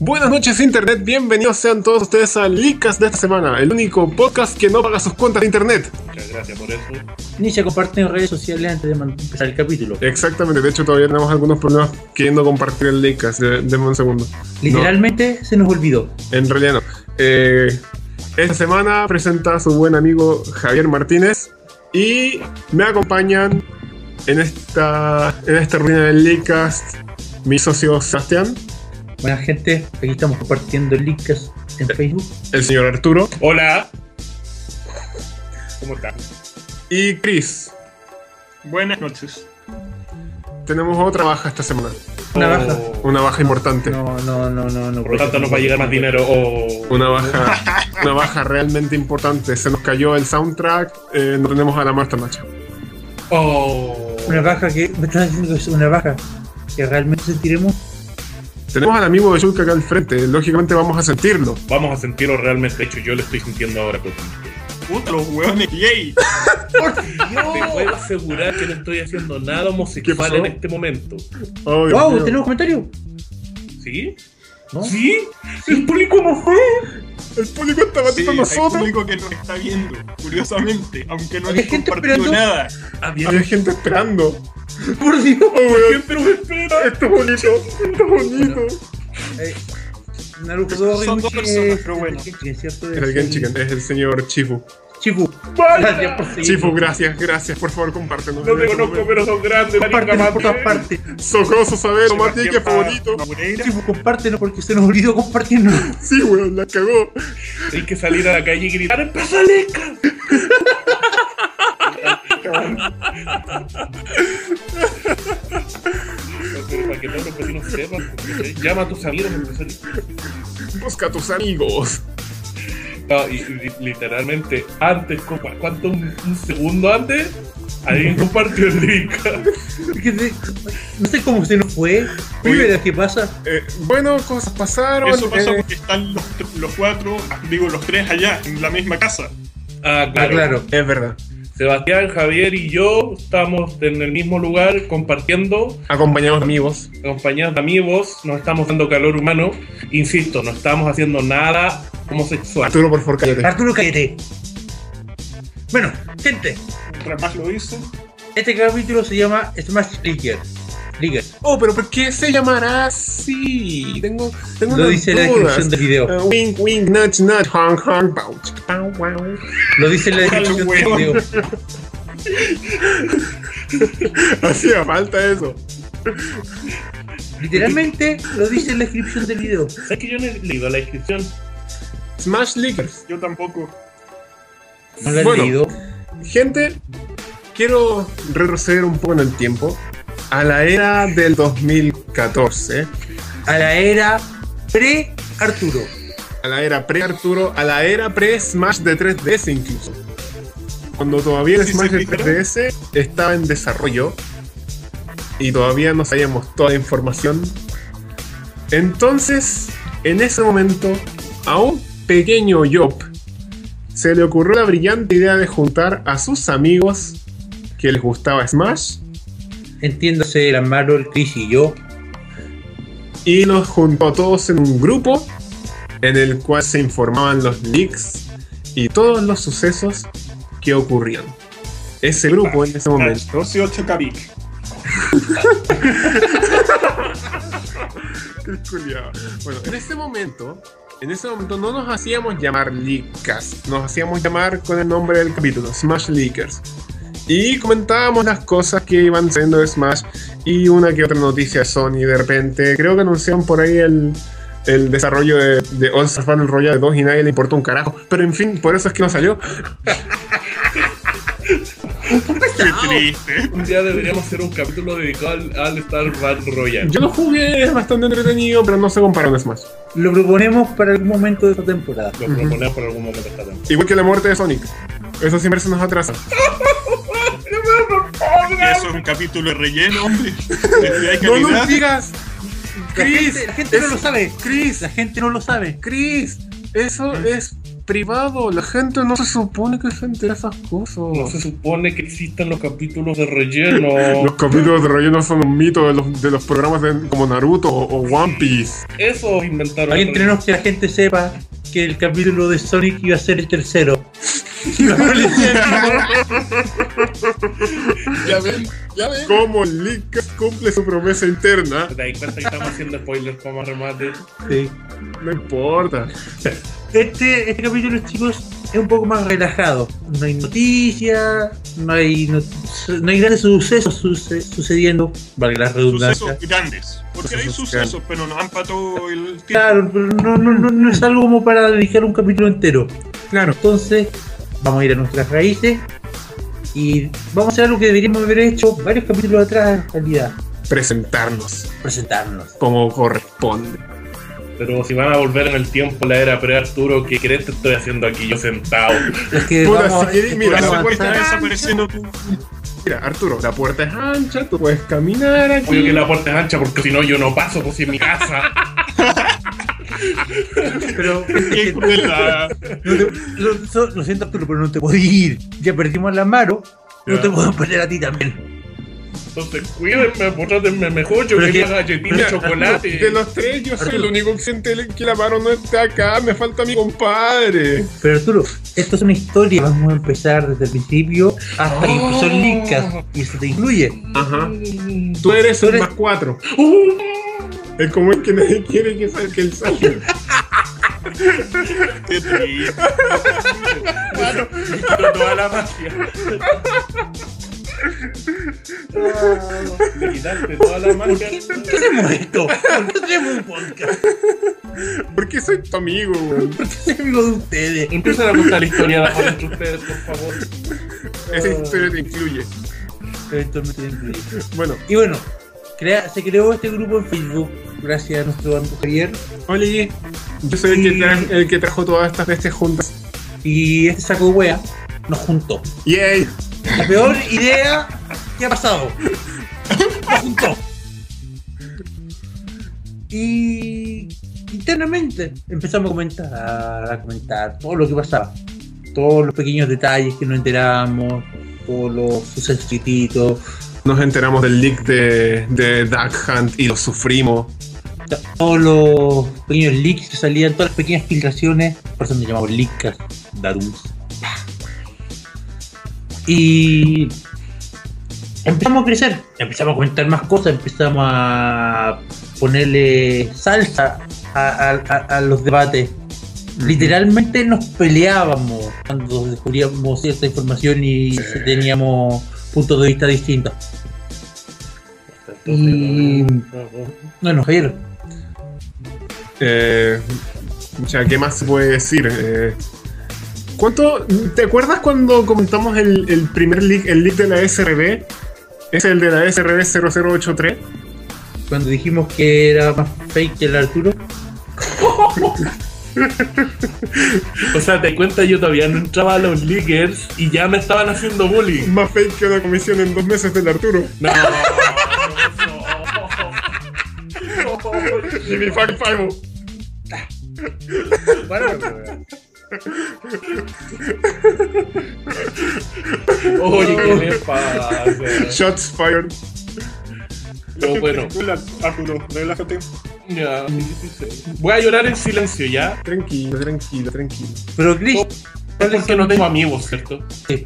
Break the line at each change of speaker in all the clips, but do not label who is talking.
Buenas noches Internet, bienvenidos sean todos ustedes a Licas de esta semana, el único podcast que no paga sus cuentas de Internet.
Muchas gracias por eso.
Inicia compartir en redes sociales antes de man- empezar el capítulo.
Exactamente, de hecho todavía tenemos algunos problemas queriendo compartir el Licas, denme un segundo.
Literalmente se nos olvidó.
En realidad no. Eh, esta semana presenta a su buen amigo Javier Martínez y me acompañan en esta, en esta ruina del Licas mi socio Sebastián,
Buena gente, aquí estamos compartiendo links en Facebook.
el señor Arturo
Hola. ¿Cómo están?
y Chris.
Buenas noches.
Tenemos otra baja esta semana,
Una
Oh,
baja.
una baja importante.
No, no, no, no, no.
Por lo tanto, nos va a llegar más dinero. Oh. o
Una baja, una baja realmente importante. Se nos cayó el soundtrack, eh, no tenemos a la Marta Macha.
Oh.
Una baja que. Me estás diciendo que es una baja que realmente sentiremos.
Tenemos al amigo de Shulka acá al frente, lógicamente vamos a sentirlo.
Vamos a sentirlo realmente. De hecho, yo lo estoy sintiendo ahora. pues. Por
Puta, los hueones gay.
Te puedo asegurar que no estoy haciendo nada
¿Qué
homosexual
pasó?
en este momento.
Oh, Dios
¡Wow!
mío.
¿Tenemos comentario?
¿Sí?
¿No?
¿Sí? El público no fue.
El público está
Sí,
matando a
hay
nosotros.
público que nos está viendo, curiosamente, aunque no
Hay
haya
gente
compartido
esperando. Ah,
nada.
Había
Había gente esperando.
¡Por Dios!
Oh, weón.
gente, pero me espera.
Esto es bonito, esto es bonito.
Eh, Naruto Dori,
Son dos
Uchi,
personas,
eh,
pero bueno.
Genki, ¿cierto?
Es el Genshiken, es el señor Chifu.
Chifu. Gracias por seguir.
Chifu, gracias, gracias, por favor, compártenos.
No te conozco, pero son grandes.
Compártenos por todas partes.
Socoso saber, más tiene que favorito.
Chifu, compártenos porque se nos olvidó compartirnos.
Sí, weón, la cagó.
Hay que salir a la calle y gritar: ¡Empezá, Leca! Para que todos los vecinos sepan, porque llama a tus amigos. empezá-
Busca a tus amigos.
No, y, y literalmente, antes, compa- ¿cuánto? Un, un segundo antes, alguien compartió el link.
Porque de- No sé cómo se nos fue. Primera que pasa.
Eh, bueno, cosas pasaron.
Eso pasó
eh,
porque están los, tr- los cuatro, digo, los tres allá, en la misma casa.
Ah,
Ah, claro.
es verdad.
Sebastián, Javier y yo estamos en el mismo lugar compartiendo
acompañados de amigos.
compañeros de amigos, nos estamos dando calor humano. Insisto, no estamos haciendo nada homosexual.
Arturo, por favor, cállate.
Arturo, cállate. Bueno, gente,
Mientras más lo hice,
este capítulo se llama Smash Leaker. Leaker.
Oh, pero ¿por qué se llamará así? Tengo, tengo
Lo
unas
dice la
dudas.
descripción del video.
Eh, wink, wink, nudge, nudge, honk, honk, pow, chic, pow, wow.
Lo dice la descripción del video.
Hacía falta eso.
Literalmente lo dice en la descripción del video.
¿Sabes que yo no he leído la descripción?
Smash Lickers.
yo tampoco.
No lo han
Bueno.
leído.
Gente, quiero retroceder un poco en el tiempo a la era del 2014,
A la era pre-Arturo.
a la era pre-Arturo, a la era pre-Smash de 3DS incluso. Cuando todavía el
Si
Smash
se
de
fijaron.
3DS estaba en desarrollo y todavía no sabíamos toda la información. Entonces, en ese momento, a un pequeño Yop se le ocurrió la brillante idea de juntar a sus amigos que les gustaba Smash
Entiéndase, el Amaro, el Chris y yo.
y los juntó a todos en un grupo en el cual se informaban los leaks y todos los sucesos que ocurrían. Ese grupo en este ese momento
18 cabic.
el culiao. Bueno, en ese momento, en ese momento no nos hacíamos llamar Leakcast, nos hacíamos llamar con el nombre del capítulo, Smash Leakers. Y comentábamos las cosas que iban siendo de Smash y una que otra noticia de Sony de repente. Creo que anunciaron por ahí el, el desarrollo de, de All Star Battle Royale 2 y nadie le importó un carajo. Pero en fin, por eso es que no salió.
Qué triste.
Un día deberíamos hacer un capítulo dedicado al, al Star Battle Royale.
Yo lo jugué, es bastante entretenido, pero no se compara con Smash.
Lo proponemos para algún momento de esta temporada.
Lo proponemos por algún momento esta temporada.
Igual que la muerte de Sonic. Eso siempre se nos atrasa.
Que eso es un capítulo de relleno, hombre. Desde hay
¡No nos
calidad.
digas!
La
Chris,
gente, la gente no
es-
lo sabe.
Chris,
La gente no lo sabe.
Chris, eso es privado. La gente no se supone que se entera esas
No
cosas.
se supone que existan los capítulos de relleno.
Los capítulos de relleno son un mito de los, de los programas de- como Naruto o, o One Piece.
Eso inventaron.
Ahí entre nos que la gente sepa que el capítulo de Sonic iba a ser el tercero. Y la policía dijo,
Ya ven, ya ven.
Como Link cumple su promesa interna,
¿Te das cuenta que estamos haciendo spoilers como remate?
sí.
no importa.
Este, este capítulo, chicos, es un poco más relajado. No hay noticias, no hay, no, no hay grandes sucesos suce- sucediendo, valga la redundancia.
Sucesos grandes. Porque hay
Sucesos
sucesos, pero nos han patado el tiempo.
Claro, pero no, no, no, no es algo como para dedicar un capítulo entero.
Claro.
Entonces, vamos a ir a nuestras raíces y vamos a hacer algo que deberíamos haber hecho varios capítulos atrás, en realidad.
Presentarnos
Presentarnos.
como corresponde.
Pero si van a volver en el tiempo la era pre-Arturo, ¿qué crees que estoy haciendo aquí yo sentado?
Es que
Puta,
vamos,
si querés,
es que
mira,
Por
vamos
esa
a
puerta
avanzar.
está desapareciendo tu.
Mira, Arturo, la puerta es ancha, tú puedes caminar aquí.
Obvio que la puerta es ancha porque si no yo no paso, pues si es mi casa.
Pero
Qué cruel la-
no te- lo, so- lo siento Arturo, pero no te puedo ir. Ya perdimos la mano, no
Ya.
te puedo perder a ti también.
Entonces cuídenme, pues, trátenme mejor, yo
Pero
quería
que-
galletina
Mira,
de chocolate.
De los tres, yo soy el único que siente que la mano no está acá. Me falta mi compadre.
Pero Arturo, esto es una historia. Vamos a empezar desde el principio hasta que empezó el Leadcast, y eso te incluye.
Ajá. Tú eres
Tú
el
eres-
más cuatro. Es como el que nadie quiere que, sal- que él salga.
Qué triste.
Pero toda la magia. Le quitaste toda la
Ah. ¿Por
magia.
qué, por qué hacemos esto? ¿Por qué tenemos un podcast?
¿Por qué soy tu amigo, weón?
¿Por qué soy amigo de ustedes?
Empiezan a contar la historia de amor entre ustedes, por favor.
Esa historia te incluye.
Eventualmente te incluye.
Bueno,
Y bueno, crea- se creó este grupo en Facebook gracias a nuestro amigo Javier.
Oli, yo soy el que, tra- el que trajo todas estas bestias juntas.
Y este saco de wea nos juntó.
¡Yay!
La peor idea que ha pasado. Nos juntó. Y internamente empezamos a comentar, a comentar todo lo que pasaba. Todos los pequeños detalles que nos enterábamos, todos los sucesos chiquititos,
Nos enteramos del leak de, de Duck Hunt y lo sufrimos.
todos los pequeños leaks que salían, todas las pequeñas filtraciones, por eso me llamamos leaks, darums. Y empezamos a crecer, empezamos a comentar más cosas, empezamos a ponerle salsa a, a- a- a los debates. Literalmente nos peleábamos cuando descubríamos cierta información y teníamos puntos de vista distintos. Y- Bueno, Javier,
Eh, o sea, ¿qué más se puede decir? Eh, ¿Cuánto. ¿Te acuerdas cuando comentamos el, el primer leak, el leak de la SRB? Es el de la SRB 0083.
cuando dijimos que era más fake que el Arturo.
O sea, te cuenta, yo todavía no entraba a los leakers y ya me estaban haciendo bullying.
Más fake que una comisión en dos meses del Arturo.
No.
Y mi fan pago.
Oye, ¿qué les pasa?
Shots fired.
Pero bueno,
Hola, Arturo, relájate.
ya. Voy a llorar en silencio, ¿ya?
Tranquilo, tranquilo, tranquilo.
Pero Chris,
Es porque no tengo amigos, ¿cierto?
Eh,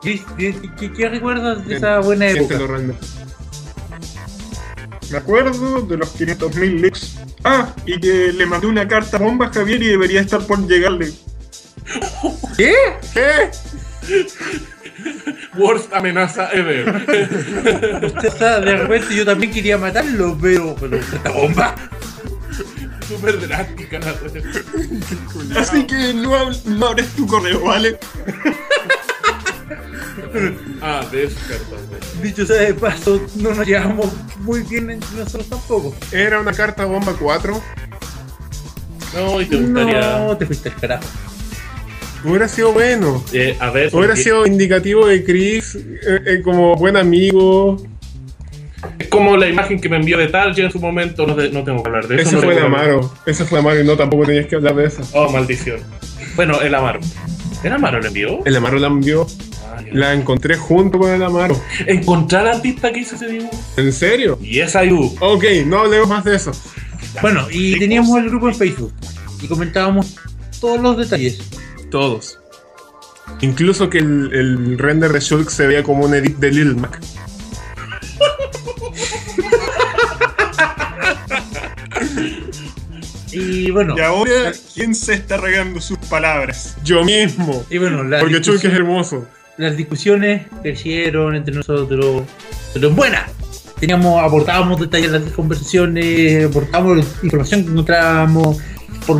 Chris, ¿qué, qué- qué recuerdas de esa buena época?
siéntelo, Randa.
Me acuerdo de los 500.000 likes. Ah, y que le mandé una carta bomba a Javier y debería estar por llegarle.
¿Qué? ¿Qué?
Worst amenaza ever.
O sea, de repente yo también quería matarlo, pero. Pero esta bomba.
Súper drástica la wea.
Así que no, hab- no abres tu correo, ¿vale?
Ah, de eso, cartón.
Dicho sea de paso, no nos llevamos muy bien entre nosotros tampoco.
Era una carta bomba 4.
No, y te gustaría.
No, te fuiste al carajo.
Hubiera sido bueno.
Eh, a ver,
Hubiera
porque
sido indicativo de Chris eh, eh, como buen amigo.
es como la imagen que me envió de Target en su momento. No, te- no tengo que hablar de eso.
Ese
no
fue el
tengo que hablar.
Amaro. Ese fue el Amaro y no, tampoco tenías que hablar de eso.
Oh, maldición. Bueno, el Amaro. ¿El Amaro lo envió?
El Amaro la envió.
Ah, ya.
La encontré junto con el Amaro.
Encontrar al artista que hizo ese dibujo.
¿En serio?
Yes, I do.
Ok, no hablemos más de eso.
Bueno, y teníamos el grupo en Facebook y comentábamos todos los detalles.
Todos. Incluso que el, el render de Shulk se veía como un edit de Lil Mac.
Y bueno,
Y ahora, ¿quién se está regando sus palabras?
Yo mismo.
y bueno las,
Porque Shulk es
discusiones,
hermoso.
las discusiones crecieron entre nosotros, pero buenas. Teníamos, aportábamos detalles a las conversaciones, aportábamos información que encontrábamos, por,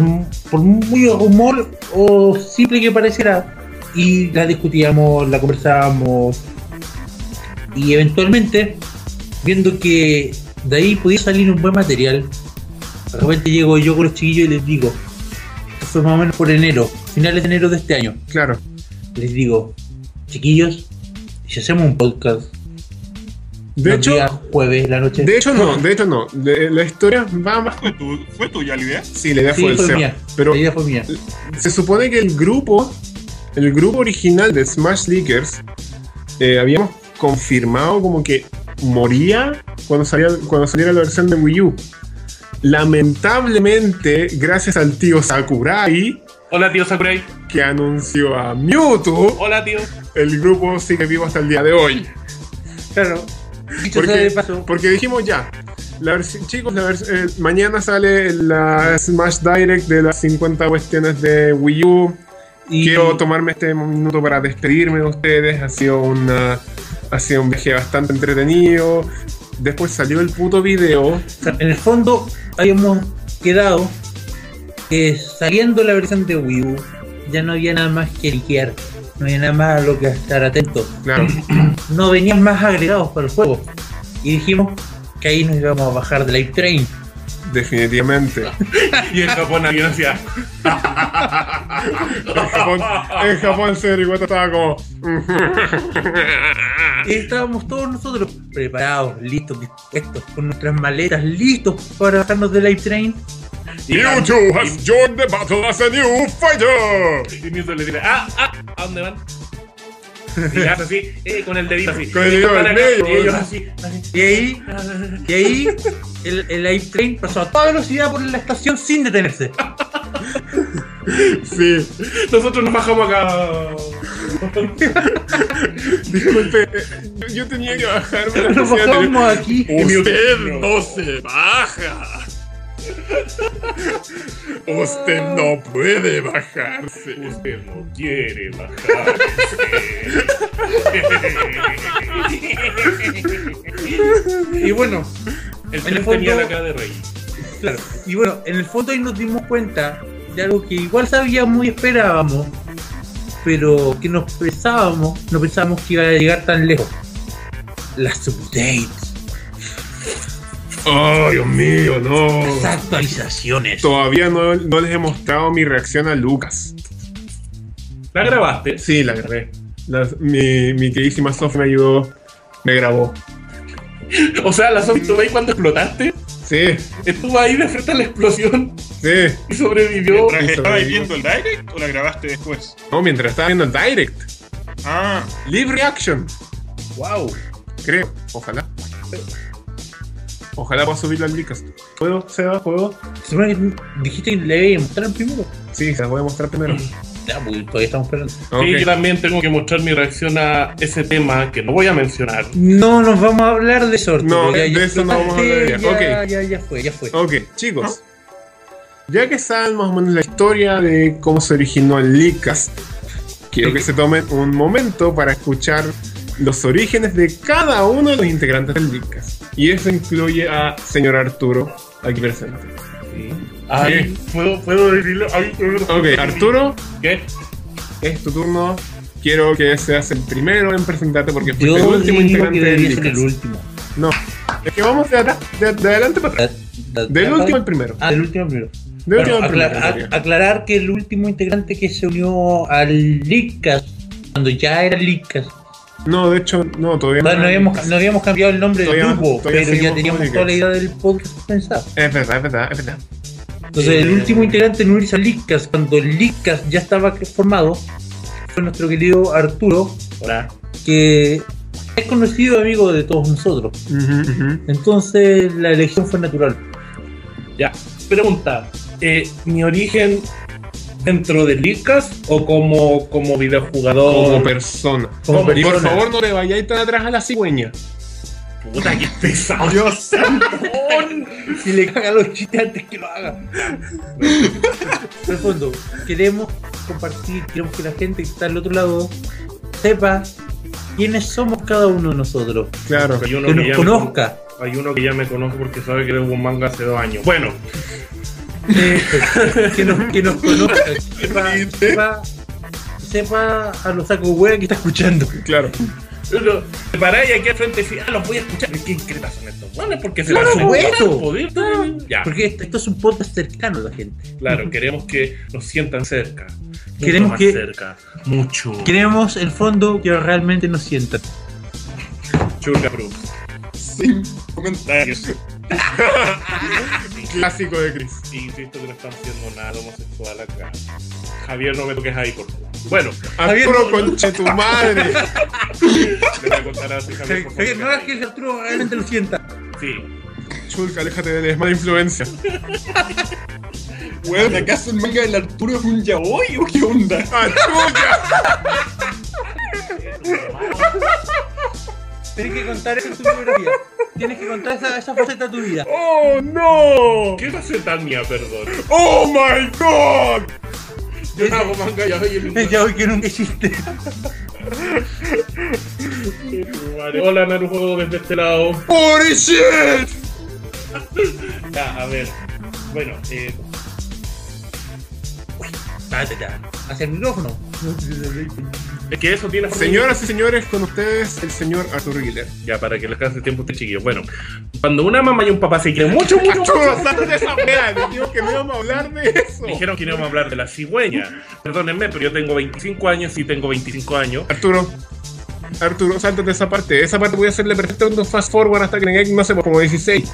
por muy humor o simple que pareciera, y la discutíamos, la conversábamos, y eventualmente, viendo que de ahí podía salir un buen material, de repente llego yo con los chiquillos y les digo, esto fue más o menos por enero, finales de enero de este año,
Claro.
les digo, chiquillos, si hacemos un podcast,
De
los
hecho,
días jueves, la noche.
de hecho no, de hecho no. De- la historia va más...
¿Fue, tu- fue tuya la idea?
Sí, la idea
Sí,
fue el
fue
Seba.
mía.
Pero
La idea fue mía.
se supone que el grupo, el grupo original de Smash Leakers, eh, habíamos confirmado como que moría cuando, salía, cuando saliera la versión de Wii U. Lamentablemente, gracias al tío Sakurai,
Hola, tío Sakurai.
que anunció a Mewtwo,
Hola, tío.
el grupo sigue vivo hasta el día de hoy.
Claro. Dicho sea de
Porque,
paso,
porque dijimos ya, la vers- chicos, la vers- eh, mañana sale la Smash Direct de las 50 cuestiones de Wii U.
y
Quiero tomarme este minuto para despedirme de ustedes. Ha sido, una, ha sido un viaje bastante entretenido. Después salió el puto video.
en el fondo habíamos quedado que saliendo la versión de Wii U, ya no había nada más que liquear, no había nada más a lo que estar atento.
Claro,
No venían más agregados para el juego. Y dijimos que ahí nos íbamos a bajar de Live Train.
definitivamente.
Y en Japón alguien hacía.
En Japón, en Japón Cedric Wata estaba como.
Y estábamos todos nosotros preparados, listos, dispuestos, con nuestras maletas, listos para bajarnos del Live Train.
Y
Mewtwo has joined the battle as a new fighter.
Y Mewtwo le dice, ah, ah, ¿a dónde van? Y le hace así, eh, con el dedito así.
Con el dedo
Para
en
acá.
medio.
Y ellos así, "Ah, así.
Y ahí, y ahí el, el Live Train pasó a toda velocidad por la estación sin detenerse.
Sí,
Nosotros nos bajamos acá.
disculpe, eh, yo, yo tenía que bajarme la
Nos
velocidad de-
bajamos aquí.
Usted no se baja. Usted no puede bajarse.
Usted no quiere bajar.
Y bueno, En
El
el
tren tenía
fondo-
la cara de rey.
claro, y bueno, en el fondo ahí nos dimos cuenta de algo que igual sabíamos y esperábamos, pero que nos pensábamos, no pensábamos que iba a llegar tan lejos. Las subdates,
Oh, Dios mío, no.
las actualizaciones.
Todavía no, no les he mostrado mi reacción a Lucas.
¿La grabaste?
Sí, la grabé. Las- mi, mi queridísima Sof me ayudó. Me grabó.
O sea, la Sophie, ¿tú veis cuando explotaste?
Sí,
Estuvo ahí de frente a la explosión
sí.
y sobrevivió.
¿Mientras
eso
estabas
lo digo.
viendo el direct o la grabaste después?
No, mientras estaba viendo el direct.
Ah,
Live reaction.
¡Wow!
Creo. Ojalá. Ojalá pueda subirlo al Lucas. ¿Puedo, Seba? ¿Puedo?
Se supone que dijiste que le iba a mostrar primero.
Sí, se las voy a mostrar primero.
Ya, pues todavía estamos esperando.
Ok.
Y yo también tengo que mostrar mi reacción a ese tema que no voy a mencionar.
No nos vamos a hablar de sorteo.
No, de eso no vamos a hablar ya.
Ya,
Ok.
ya, ya fue, ya fue.
Ok, chicos. Ya que saben más o menos la historia de cómo se originó el Leadcast, quiero que se tomen un momento para escuchar los orígenes de cada uno de los integrantes del Leadcast. Y eso incluye a señor Arturo, aquí presente. Ah,
Ay, ¿puedo, puedo decirlo? Ay, puedo-
Ok, Arturo,
¿Qué?
es tu turno. Quiero que seas el primero en presentarte porque fuiste
Yo
el último
digo que
integrante del
debería ser el
Leadcast.
último.
No, es que vamos de, atrás- de- de adelante para atrás.
Da- da-
Del
da-
último al primero.
Ah, del último primero.
Del último al
Bueno,
primero.
acla-
en
a-
realidad.
aclarar que el último integrante que se unió al Licas cuando ya era Licas.
No, de hecho, no, todavía
No,
no. era
habíamos,
Leadcast.
no habíamos cambiado el nombre del
Todavía-
grupo,
todavía
pero ya
seguimos
teníamos
como
toda la
Leadcast.
idea del podcast pensado.
Es verdad, es verdad, es verdad.
Entonces, el último integrante en unirse a Licas, cuando Licas ya estaba formado, fue nuestro querido Arturo, que es conocido amigo de todos nosotros.
Ujú, ujú.
Entonces, la elección fue natural.
Ya. Pregunta: eh, ¿mi origen dentro de Licas o como, como videojugador?
Como persona.
Oh. Como
Y por
persona.
favor, no le vayáis tan atrás a la cigüeña.
Puta, qué pesado.
Dios.
Si le caga los chistes antes que lo haga. Pero en fondo, queremos compartir, queremos que la gente que está al otro lado sepa quiénes somos cada uno de nosotros.
Claro.
Hay uno
Que
que
nos
ya me-
conozca.
hay uno que ya me conoce porque sabe que debo un manga hace dos años. Bueno,
que, nos, que nos conozca. Que sepa, sepa, sepa a los sacos hueá que está escuchando.
Claro.
Uno se pará y aquí al frente decís, ah, los voy a escuchar. ¿Qué increíbles son estos buenos? Porque se
Claro,
la
pues,
sudan,
eso.
poder. Ya,
Porque esto, esto es un podcast cercano a la gente.
claro, queremos que nos sientan cerca. Mucho
Queremos
más
que-
cerca. Mucho.
Queremos el fondo que realmente nos sientan.
Churca, bro.
Sin comentar.
Gracias.
Clásico de Chris.
Insisto que no estamos haciendo nada homosexual acá. Javier, no me toques ahí, por favor. Bueno, ah,
Arturo conche tu madre.
le voy a contar a ti, Javier. por favor,
Javier, no hagas
que-
que Arturo realmente lo sienta.
Sí.
Chulca, aléjate de la mala influencia.
Weón, ¿acaso el manga del Arturo es un yaoi o qué onda?
¡Ah, Chulca!
Tienes que contar esa tu biografía. Tienes que contar esa, esa faceta de tu vida.
¡Oh, no!
¿Qué faceta mía, perdón?
¡Oh, my God!
Yo no hago manga ya oye, mi-
Ya hoy que nunca hiciste.
Vale, Hola, Narujodo, desde este lado.
¡Holy shit!
Ya, a ver. Bueno, eh,
Date ya. Hacia el micrófono.
es que eso tiene...
Señoras y señores, con ustedes el señor Arturo Aguilera.
Ya, para que le alcance el tiempo a este chiquillo. Bueno, cuando una mamá y un papá se quieren mucho, mucho, mucho,
Arturo, salte de esa wea. Dijimos que no íbamos a hablar de eso.
dijeron que no íbamos a hablar de la cigüeña. Perdónenme, pero yo tengo 25 años, sí tengo 25 años.
Arturo. Arturo, sáltate esa parte. Esa parte voy a hacerle perfecto un fast forward hasta que tengáis, no sé, pues, como 16.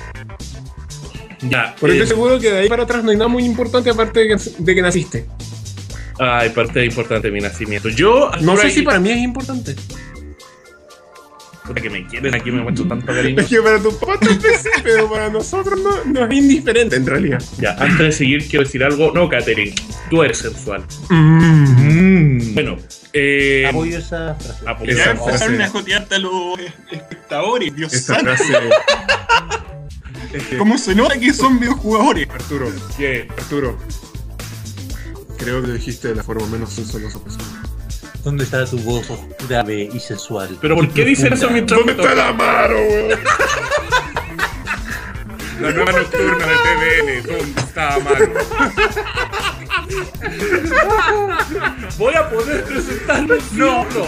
Ya.
Pero
eh,
estoy seguro que de ahí para atrás no hay nada muy importante aparte de que, de que naciste.
Ay, parte importante de mi nacimiento. Yo...
No sé
Ray-
si para mí es importante.
Puta, que me quieren, aquí me muestro tanto cariño.
Es que para tu papá tal vez sí, pero para nosotros no, no es indiferente en realidad.
Ya, antes de seguir quiero decir algo. No, Katherine, tú eres sensual.
Mm-hmm.
Bueno, eh...
Apoyo esa frase.
apoyo.
Ya
Esa
empezaron
frase.
a jotearte a los espectadores, Dios
Esa
santo.
frase. Es que,
¿Cómo se nota que son videojugadores?
Arturo,
¿Qué?
Arturo. Creo que lo dijiste de la forma menos sensuosa posible.
¿Dónde está tu voz grave y sensual?
¿Pero por qué dicen eso mientras me tocan?
la mano, weón?
La nueva nocturna de TVN, ¿dónde está Amaro? Voy a poder presentarme. No, no.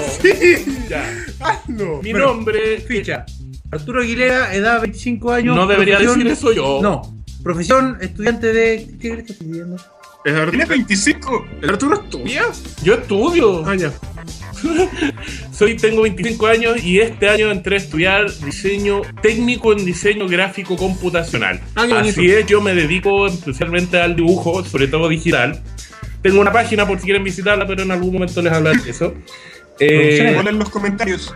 Ya.
Hazlo.
Mi nombre.
Ficha. Arturo Aguilera, edad 25 años.
No debería
profesión-
decir eso yo.
No. Profesión, estudiante de. ¿Qué crees que estoy pidiendo?
¿Es
¿Tienes
Arturo,
25?
¿El Arturo es tuya?
Yo estudio.
Ah, ya.
Soy, tengo 25 años y este año entré a estudiar diseño técnico en diseño gráfico computacional.
Ah, qué bonito.
Así es, yo me dedico especialmente al dibujo, sobre todo digital. Tengo una página por si quieren visitarla, pero en algún momento les hablaré de eso. Eh,
Ponlo en los comentarios.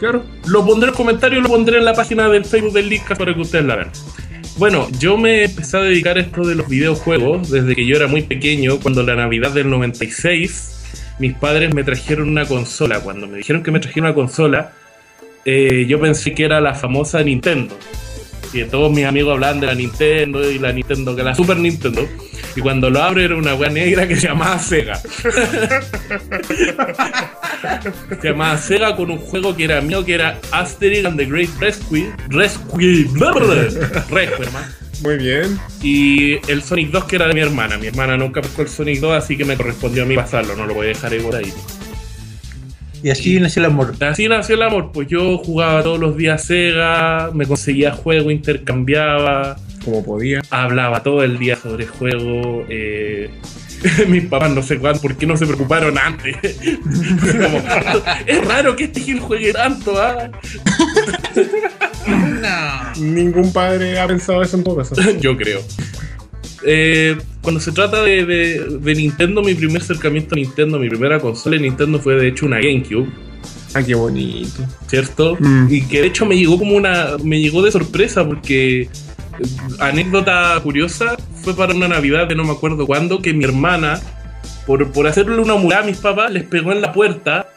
Claro.
Lo pondré en los comentarios, lo pondré en la página del Facebook del Leadcast para que ustedes la vean. Bueno, yo me empecé a dedicar a esto de los videojuegos desde que yo era muy pequeño, cuando la Navidad del 96 mis padres me trajeron una consola. Cuando me dijeron que me trajeron una consola, eh, yo pensé que era la famosa Nintendo. Y todos mis amigos hablaban de la Nintendo y la Nintendo, que la Super Nintendo. Y cuando lo abro era una wea negra que se llamaba Sega. se llamaba Sega con un juego que era mío, que era Asterix and the Great Rescue. Rescue. Rescue, hermano.
Muy bien.
Y el Sonic 2 que era de mi hermana. Mi hermana nunca pescó el Sonic 2, así que me correspondió a mí pasarlo. No lo voy a dejar ahí por ahí.
Y así nació el amor.
Así nació el amor. Pues yo jugaba todos los días Sega, me conseguía juego, intercambiaba,
Como podía.
hablaba todo el día sobre juego. eh, Mis papás no sé cuán, por qué no se preocuparon antes. Como, es raro que este Gil juegue tanto, ¿ah?".
Ningún padre ha pensado eso en todo caso.
Yo creo. Eh, cuando se trata de, de- de Nintendo, mi primer acercamiento a Nintendo, mi primera consola de Nintendo fue de hecho una GameCube,
Ah, qué bonito.
¿cierto?
Mm.
Y que de hecho me llegó como una. me llegó de sorpresa porque. eh, Anécdota curiosa, fue para una Navidad de no me acuerdo cuándo que mi hermana, por, por hacerle una murada a mis papás, les pegó en la puerta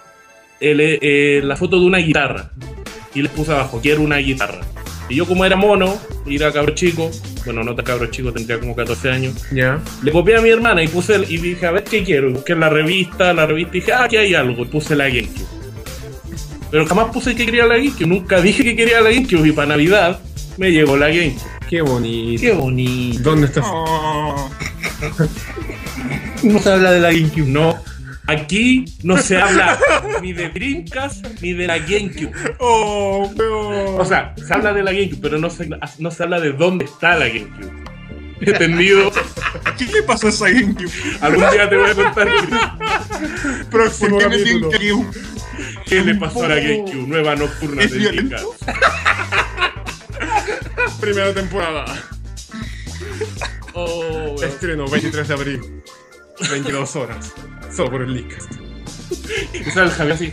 el, eh, eh, la foto de una guitarra y les puse abajo, quiero una guitarra. Y yo como era mono, y era cabro chico, bueno, no tan cabro chico, tendría como 14 años,
Ya.
le copié a mi hermana y puse el- y dije, a ver qué quiero. Y busqué en la revista, la revista y dije, ah, aquí hay algo. Y puse la GameCube. Pero jamás puse que quería la GameCube. Nunca dije que quería la GameCube. Y para Navidad me llegó la GameCube.
Qué bonito.
Qué bonito.
¿Dónde estás?
Oh,
No se habla de la GameCube.
No, aquí no se habla ni de Dreamcast ni de la GameCube.
Oh, no.
O sea, se habla de la GameCube, pero no se, no se habla de dónde está la GameCube. ¿Entendido?
¿Qué le pasó a esa GameCube?
Algún día te voy a contar
próximo
¿Por qué me tienen
capítulo.
que GameCube?
qué le pasó a la GameCube. Nueva nocturna de
¿Es violento?
Dreamcast.
Primera temporada.
Oh, weón.
Estreno 23 de abril. 22 horas. Solo por el Leakcast.
Y sale el Javier así.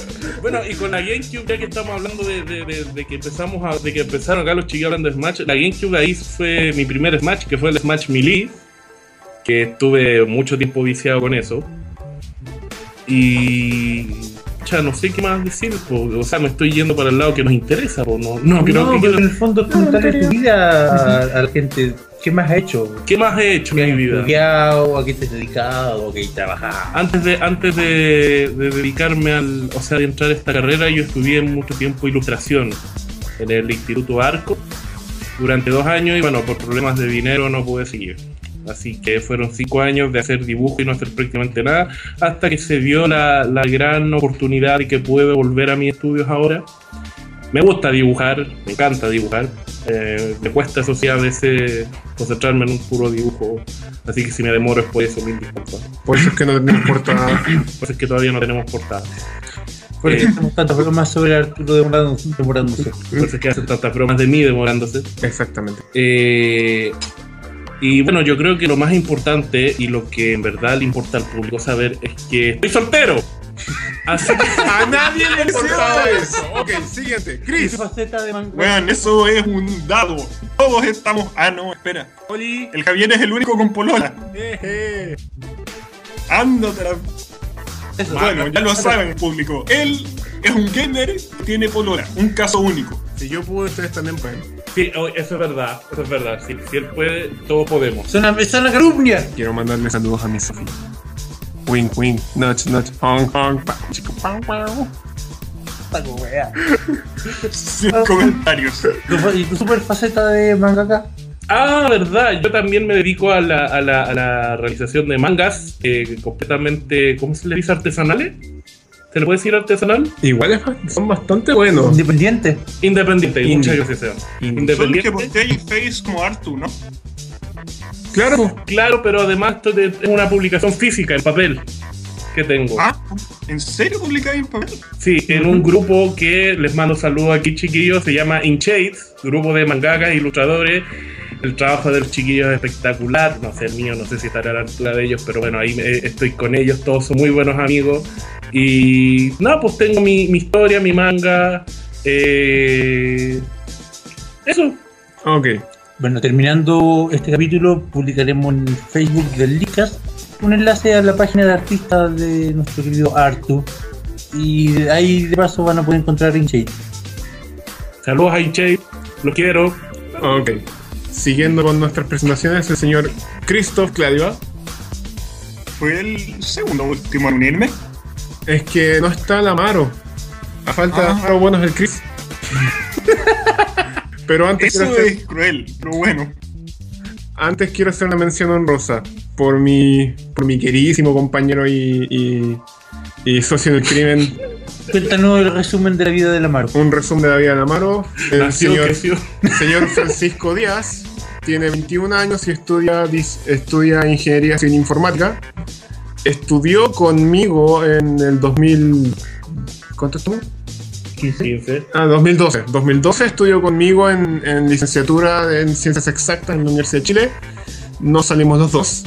bueno, y con la GameCube, ya que estamos hablando de, de- de- de que empezamos a- de que empezaron acá los chicos hablando de Smash, la GameCube ahí fue mi primer Smash, que fue el Smash Melee, que estuve mucho tiempo viciado con eso. Y. Ya no sé qué más decir, po. o sea, me estoy yendo para el lado que nos interesa, po. no, no creo que.
pero en el fondo es preguntarle tu vida a, a la gente. ¿Qué más has hecho?
¿Qué más he hecho
¿Qué
en mi
has
vida?
estudiado? ¿A qué te has dedicado? ¿A qué trabajas?
Antes de, antes de, de dedicarme al, o sea, de entrar a esta carrera, yo estudié mucho tiempo ilustración en el Instituto Arco durante dos años y bueno, por problemas de dinero no pude seguir. Así que fueron cinco años de hacer dibujo y no hacer prácticamente nada, hasta que se dio la, la gran oportunidad y que pude volver a mis estudios ahora. Me gusta dibujar, me encanta dibujar. eh, me cuesta eso sí a veces concentrarme en un puro dibujo, así que si me demoro es por eso, mil disculpas.
Por eso es que no tenemos portada.
Pues es que todavía no tenemos portada.
¿Por qué
Eh,
estamos tanto bromas sobre Arturo demorándose? demorándose?
Por eso es que hacen tantas bromas de mí demorándose.
Exactamente.
Eh, y bueno, yo creo que lo más importante y lo que en verdad le importa al público saber es que estoy soltero. Así que
A nadie le importaba
importaba
eso. Ok, siguiente. Chris.
faceta de mango?
Weón, eso es un dado. Todos estamos. Ah, no, espera.
Oli.
El Javier es el único con Polola.
Eje.
Ándotela.
Eso.
Bueno, ya lo saben, público. Él es un gamer que tiene Polola. Un caso único.
Si yo pude, ustedes también pueden.
sí, oh, eso es verdad, eso es verdad. Si, si él puede, todos podemos.
Suena la calumnia.
Quiero mandarle saludos a mi Sofía. Wink, wink, notch, notch, hong, hong, pa, chico, pau, pau.
Taco, wea.
Sin comentarios.
¿Tu fa- ¿Y tu super faceta de mangaka?
Ah, verdad, yo también me dedico a la, a la, a la realización de mangas eh, completamente, ¿cómo se le dice? ¿Artesanales? ¿Se le puede decir artesanal?
Igual es- son bastante buenos.
Independiente.
Independiente,
Indie.
muchas gracias, Seba.
Indie.
Solo que
Independiente.
postea y Face como Artu, ¿no?
Claro.
Claro, pero además esto de- es una publicación física en papel que tengo.
Ah, ¿en serio publicaba en papel?
Sí, en un grupo que les mando saludos aquí, chiquillos, se llama In Shades, grupo de mangakas, ilustradores. El trabajo de los chiquillos es espectacular, no sé el mío, no sé si estará a la altura de ellos, pero bueno, ahí eh, estoy con ellos, todos son muy buenos amigos. Y nada, pues tengo mi, mi historia, mi manga. eh, eso,
Ok.
Bueno, terminando este capítulo, publicaremos en Facebook del Licas un enlace a la página de artistas de nuestro querido Artu. Y de ahí de paso van a poder encontrar InShape.
Saludos a Inche, lo quiero.
Ok. Siguiendo con nuestras presentaciones, el señor Christoph Cladiva.
Fue el segundo último en unirme.
Es que no está el Amaro. A falta de
Ah.
Amaro, bueno es el Chris. Pero antes
Eso eh.
quiero, hacer,
es cruel, pero bueno.
antes quiero hacer una mención honrosa por mi, por mi queridísimo compañero y, y- y socio del crimen.
Cuéntanos el resumen de la vida de la Maru.
Un resumen de la vida del Amaro. El
Nació,
señor,
creció.
señor Francisco Díaz. Tiene 21 años y estudia, dis- estudia ingeniería civil informática. Estudió conmigo en el 2000. ¿Cuánto estuvo?
15.
Ah, 2012. 2012 estudió conmigo en, en licenciatura en Ciencias Exactas en la Universidad de Chile. No salimos los dos.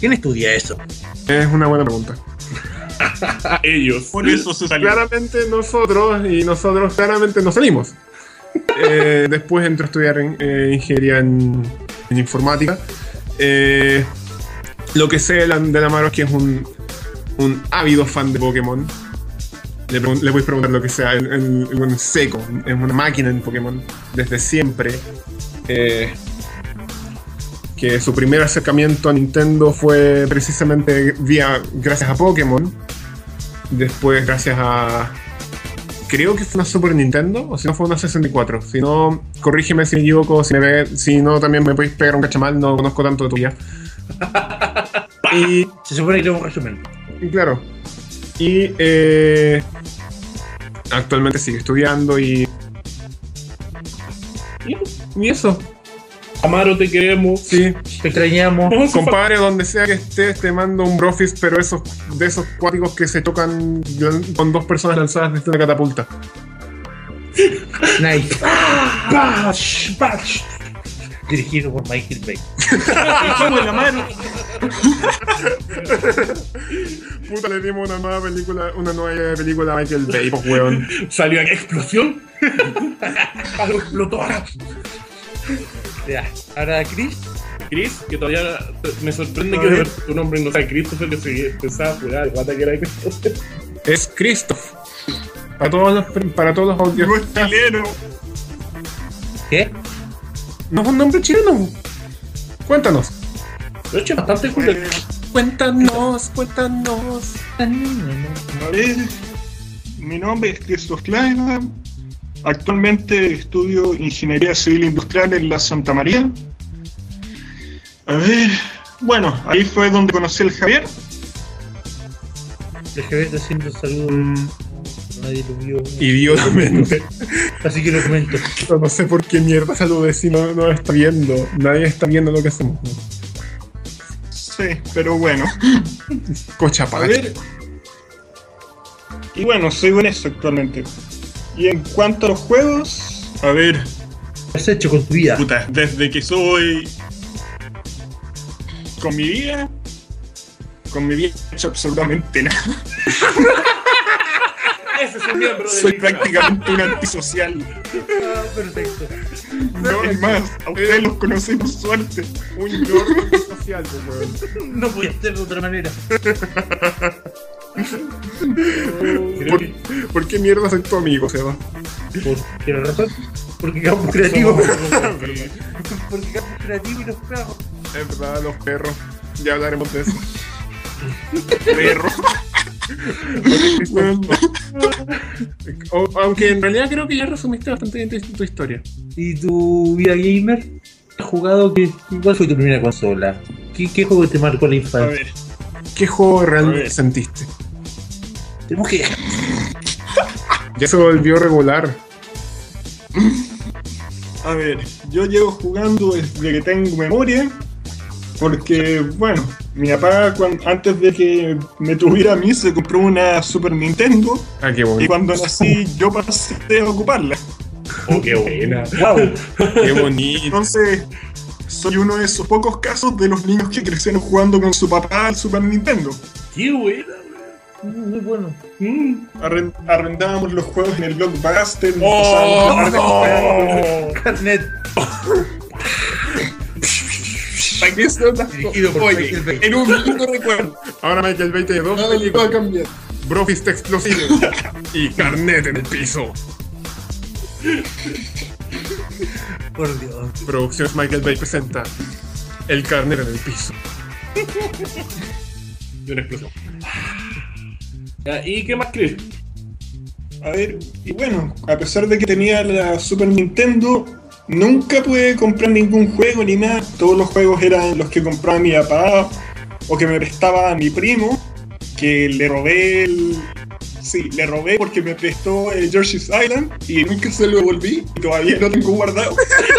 ¿Quién estudia eso?
Es una buena pregunta.
A ellos.
Por eso se salió.
Claramente nosotros y nosotros claramente no salimos. Eh, después entró a estudiar en, eh, ingeniería en, en informática. Eh, lo que sé de la, de la Maro es que es un, un ávido fan de Pokémon. Le, pregun- le voy a preguntar lo que sea. El, el- el buen seco es una máquina en Pokémon desde siempre. Eh, que su primer acercamiento a Nintendo fue precisamente vía gracias a Pokémon. Después, gracias a. Creo que fue una Super Nintendo, o si no fue una 64. Si no, corrígeme si me equivoco, si, me ve- si no, también me podéis pegar un cachamal, no conozco tanto de tu vida. y,
Se supone que era un resumen.
y claro. Y eh, actualmente sigue estudiando y. y- Y eso,
Amaro, te queremos.
sí.
Te extrañamos.
Vamos a
Compadre, donde sea que estés, te mando un brofis, pero esos, de esos cuáticos que se tocan con dos personas lanzadas desde una catapulta.
Nice.
Bash, bash.
Dirigido por Michael Bay.
Echamos la mano.
Puta, le dimos una nueva película, una nueva película a Michael Bay, pues, weón.
Salió aquí. explosión. Algo explotó ahora.
Ya. Ahora Chris.
Chris, que todavía me sorprende
A
que
ver.
tu nombre no sea Christopher, que se empezaba a jugar, guata que era Christopher.
Es Christoph. Para todos los, para todos los audios.
No es chileno.
¿Qué?
No es un nombre chileno. Cuéntanos.
Lo he hecho bastante cool.
Eh,
Cuéntanos, cuéntanos.
A ver, mi nombre es Christoph Kleiman. Actualmente estudio Ingeniería Civil Industrial en la Santa María. A ver, bueno, ahí fue donde conocí al Javier.
Dejé de haciendo saludos.
Mm,
Nadie lo vio.
idiotamente.
Así que lo comento.
No, no sé por qué mierda saludé si no, no está viendo. Nadie está viendo lo que hacemos.
Sí, pero bueno.
Cocha
A ver. Y bueno, soy en eso actualmente. Y en cuanto a los juegos, a ver,
¿Qué has hecho con tu vida?
puta, desde que soy con mi vida, con mi vida he hecho absolutamente nada.
Ah, Ese es un miembro de
Soy
mi-
prácticamente un antisocial.
Ah, perfecto.
No, es más, a ustedes los conocí por suerte.
Un york social, pues, weón.
No podía hacer de otra manera.
Creo que-
¿Por, por qué mierda soy tu amigo, Seba?
Por- ¿Tienes razón? Porque quedamos creativos.
verdad.
Porque quedamos creativos y los pegamos.
Es verdad, los perros. Ya hablaremos de eso.
Perro.
Bueno. O- aunque en realidad creo que ya resumiste bastante bien tu, tu historia.
¿Y tu vida gamer? ¿Has jugado? que ¿Cuál fue tu primera consola? ¿Qué, qué juego te marcó la
A
infancia?
ver,
¿Qué juego
A
realmente
ver.
sentiste?
Tenemos que.
Ya se volvió regular.
a ver, yo llevo jugando desde que tengo memoria. Porque, bueno, mi papá, cuan- antes de que me tuviera a mí, se compró una Super Nintendo.
Ah, qué
Y
bonito.
cuando nací, yo pasé a ocuparla.
Oh, qué buena.
¡Wow!
Qué bonito.
Entonces, soy uno de esos pocos casos de los niños que crecieron jugando con su papá al Super Nintendo.
Qué buena, weón.
Muy bueno.
Mm.
Arren- arrendábamos los juegos en el Blockbuster. nos
Oh,
pasábamos la tarde jugando.
Carnet.
saqué esa otra
Dirigido por
Oye,
Michael Bay.
en un lindo recuerdo. Ahora Michael Bay tiene dos películas.
cambiar.
Brofist explosivo y carnet en el piso.
Por Dios.
Producciones Michael Bay presenta El carnet en el piso.
Y una explosión. Ya, ¿Y qué más, Chris?
A ver, y bueno, a pesar de que tenía la Super Nintendo, nunca pude comprar ningún juego ni nada. Todos los juegos eran los que compraba mi papá o que me prestaba a mi primo, que le robé el... Sí, le robé porque me prestó el Jersey's Island y nunca se lo devolví y todavía lo tengo guardado.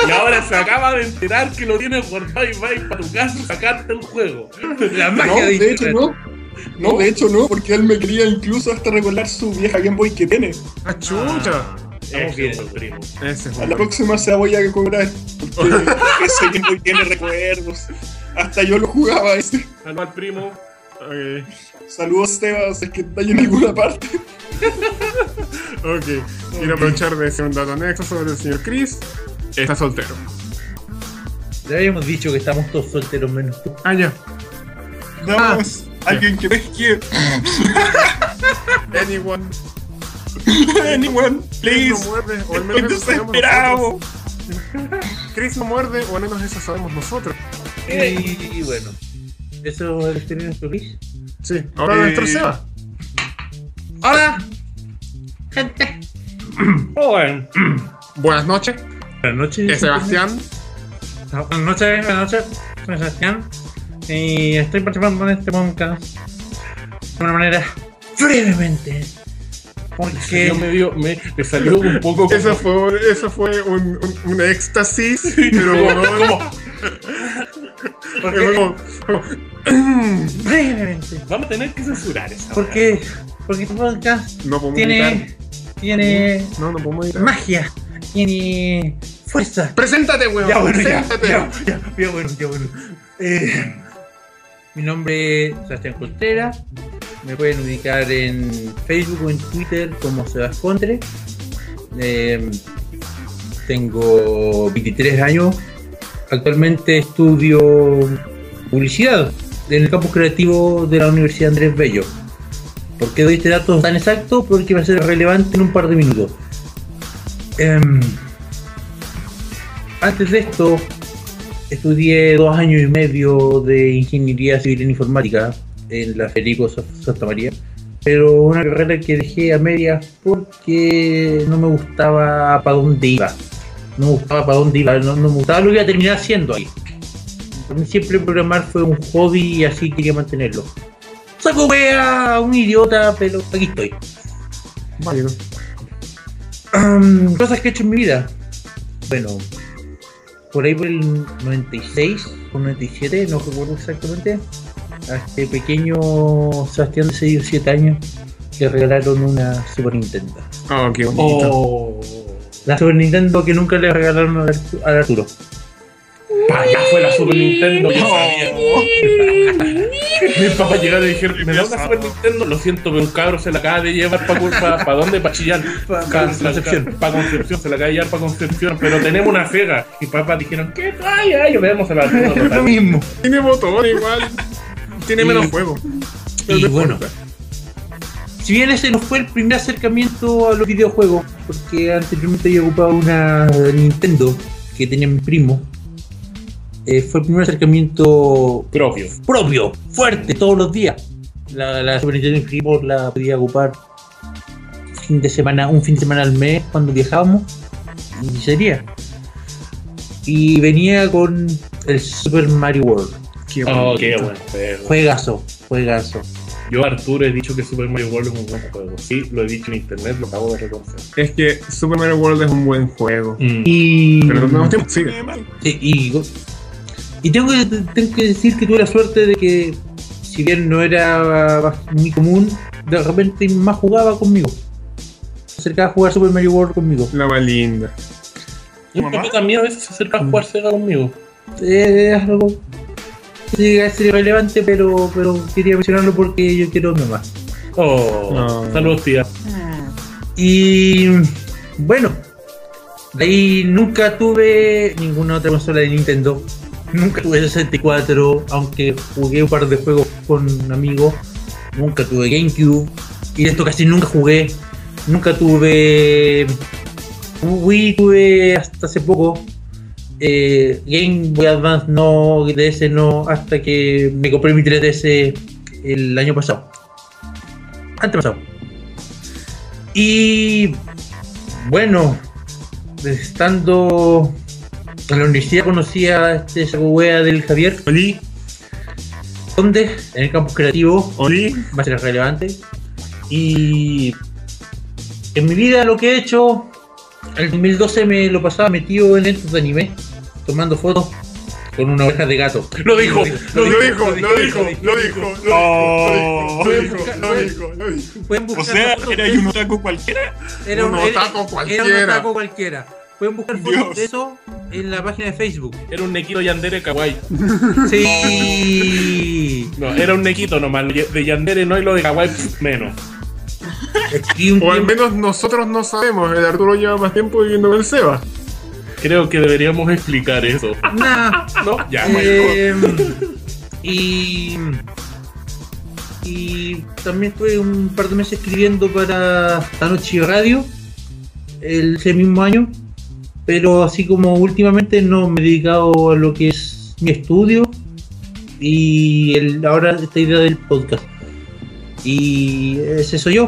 Y ahora se acaba de enterar que lo tienes guardado y va a ir para tu casa a sacarte el juego.
La magia
No,
de
de
internet.
hecho no. No, de hecho no, porque él me quería incluso hasta recordar su vieja Game Boy que tiene.
¡Ah, chucha!
Estamos bien, primo.
Ese es
A la
un-
próxima se la voy a cobrar. Porque ese Game Boy tiene recuerdos. Hasta yo lo jugaba ese.
Salud al primo.
Ok,
Saludos, Sebas, es que no hay en ninguna parte.
ok. Quiero aprovechar de decir un dato anexo sobre el señor Chris. Está soltero.
Ya habíamos dicho que estamos todos solteros menos tú.
Ah, ya.
Nada más. Alguien que pesque.
Anyone.
Anyone,
Chris
please.
no muerde, o al
Estoy
menos eso sabemos
desesperado.
nosotros. Chris no muerde, o al menos eso sabemos nosotros.
Y, bueno. Eso es tener nuestro Chris.
Sí, ahora
Eh,
nuestro Seba.
¡Hola! Gente.
Oh, bueno.
Buenas noches,
Buenas noches.
es Sebastián.
Buenas noches, buenas noches. Soy Sebastián. Y estoy participando en este podcast de una manera brevemente. Porque.
Yo me, dio, me, me salió un poco como...
Eso fue, eso fue un, un, un éxtasis, pero
como-
fue
Porque,
como- como-
brevemente.
Vamos a tener que censurar esa.
Porque. Porque este podcast
no podemos editar.
tiene. Tiene.
No, no podemos editar.
Magia. Tiene. Fuerza.
Preséntate, weón.
Ya, bueno, ya,
preséntate.
ya, ya, ya, bueno, ya, bueno. Eh, mi nombre es Sebastián Contreras. Me pueden ubicar en Facebook o en Twitter como Sebas Contre. Eh, tengo 23 años. Actualmente estudio publicidad en el campus creativo de la Universidad Andrés Bello. ¿Por qué doy este dato tan exacto? Porque va a ser relevante en un par de minutos. Em, antes de esto, estudié dos años y medio de ingeniería civil en informática en la Federico Sa- Santa María, pero una carrera que dejé a medias porque no me gustaba para dónde iba. No me gustaba para dónde iba, no, no me gustaba lo que iba a terminar haciendo ahí. Para mí siempre programar fue un hobby y así quería mantenerlo. Saco wea, un idiota, pero aquí estoy.
Válido.
Am, cosas que he hecho en mi vida. Bueno, por ahí por el 96 o 97, no recuerdo exactamente. A este pequeño Sebastián de 6 o 7 años le regalaron una Super Nintendo.
Oh, qué bonito.
Oh.
La Super Nintendo que nunca le regalaron al Artu- al Arturo.
Acá fue la Super Nintendo. Yo sabía. Mis papás llegaron y dijeron, ¿me da una Super Nintendo? Lo siento, pero un cabro se la acaba de llevar para pa, pa dónde? Para Chillán.
Pa-
Para
pa Concepción.
Concepción. Para Concepción, se la acaba de llevar para Concepción, pero tenemos una fega. Y papás dijeron, ¿qué trae? Ay, vemos a la
Lo
Nintendo.
mismo.
Tiene botón igual. Tiene
Y-
menos juego. Pero
y
no
bueno.
importa.
Si bien ese no fue el primer acercamiento a los videojuegos, porque anteriormente yo ocupaba una Nintendo que tenía mi primo, eh, fue el primer acercamiento
Propio.
propio, fuerte, todos los días. La, la Super Nintendo Freeport la podía ocupar fin de semana, un fin de semana al mes cuando viajábamos y sería. Y venía con el Super Mario World.
Qué
Oh,
Ah,
bonito.
qué buen juego.
Juegazo, juegazo.
Yo, Arturo, he dicho que Super Mario World es un buen juego. Sí, lo he dicho en internet, lo acabo de reconocer.
Es que Super Mario World es un buen juego.
Mm. Y.
Pero no tenemos tiempo. Sigue.
Eh, mal.
Sí, y, y tengo, que, tengo que decir que tuve la suerte de que, si bien no era muy común, de repente más jugaba conmigo. Se acercaba a jugar Super Mario World conmigo.
La más linda.
Mi
¿Mamá?
papá también a veces se acerca a jugar Sega conmigo.
Eh, es algo que llega a ser irrelevante, pero, pero quería mencionarlo porque yo quiero a mi mamá.
Oh,
No.
saludos, tía.
Y bueno, de ahí nunca tuve ninguna otra consola de Nintendo. Nunca tuve 64, aunque jugué un par de juegos con amigos. Nunca tuve GameCube. Y de esto casi nunca jugué. Nunca tuve Wii, tuve hasta hace poco. Eh, Game Boy Advance no, DS no, hasta que me compré mi 3DS el año pasado. Antes pasado. Y bueno, estando en la universidad conocí a este saco wea del Javier.
Oli,
¿Dónde? En el campus creativo.
Oli,
va a ser relevante. Y en mi vida lo que he hecho, el 2012 me lo pasaba metido en estos de anime, tomando fotos con una oreja de gato.
lo dijo.
Lo dijo, lo dijo, lo dijo,
Oh.
lo dijo, lo dijo, lo dijo, lo dijo.
Pueden
O
buscar
sea,
las fotos
era
de-
un otaku cualquiera.
era
un
era-
otaku
Era un
cualquiera.
otaku cualquiera. Pueden buscar fotos
Dios.
de eso en la página de Facebook.
Era un nequito yandere kawaii.
Sí.
No, era un nequito nomás. De yandere no y lo de kawaii pf, menos.
Y un
O al
tiempo-
menos nosotros no sabemos. El Arturo lleva más tiempo viviendo con el Seba.
Creo que deberíamos explicar eso.
Nah.
No, ya, bueno.
Eh, y, y también estuve un par de meses escribiendo para Tanochi Radio el, ese mismo año, pero así como últimamente no me he dedicado a lo que es mi estudio y el, ahora esta idea del podcast. Y ese soy yo.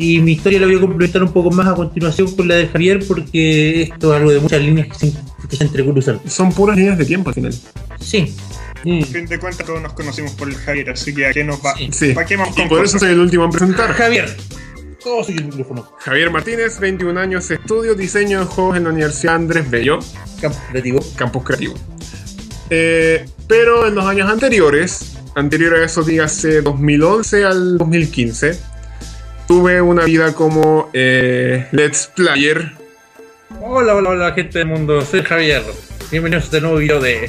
Y mi historia la voy a complementar un poco más a continuación con la de Javier porque esto es algo de muchas líneas que se, que se entrecruzan.
Son puras líneas de tiempo al final.
Sí,
Mm.
A fin de cuentas, todos nos conocimos por el Javier, así que a qué nos va.
Sí.
Sí.
¿Para qué vamos
Y
con
por
cosas?
eso soy el último en presentar.
Javier. Todo soy el micrófono.
Javier Martínez, 21 años, estudio diseño de juegos en la Universidad Andrés Bello.
Campo creativo.
campus creativo. Eh, pero en los años anteriores, anterior a eso, dígase 2011 al 2015, tuve una vida como eh, Let's Player.
Hola, hola, hola, gente del mundo. Soy Javier. Bienvenidos a este nuevo video de.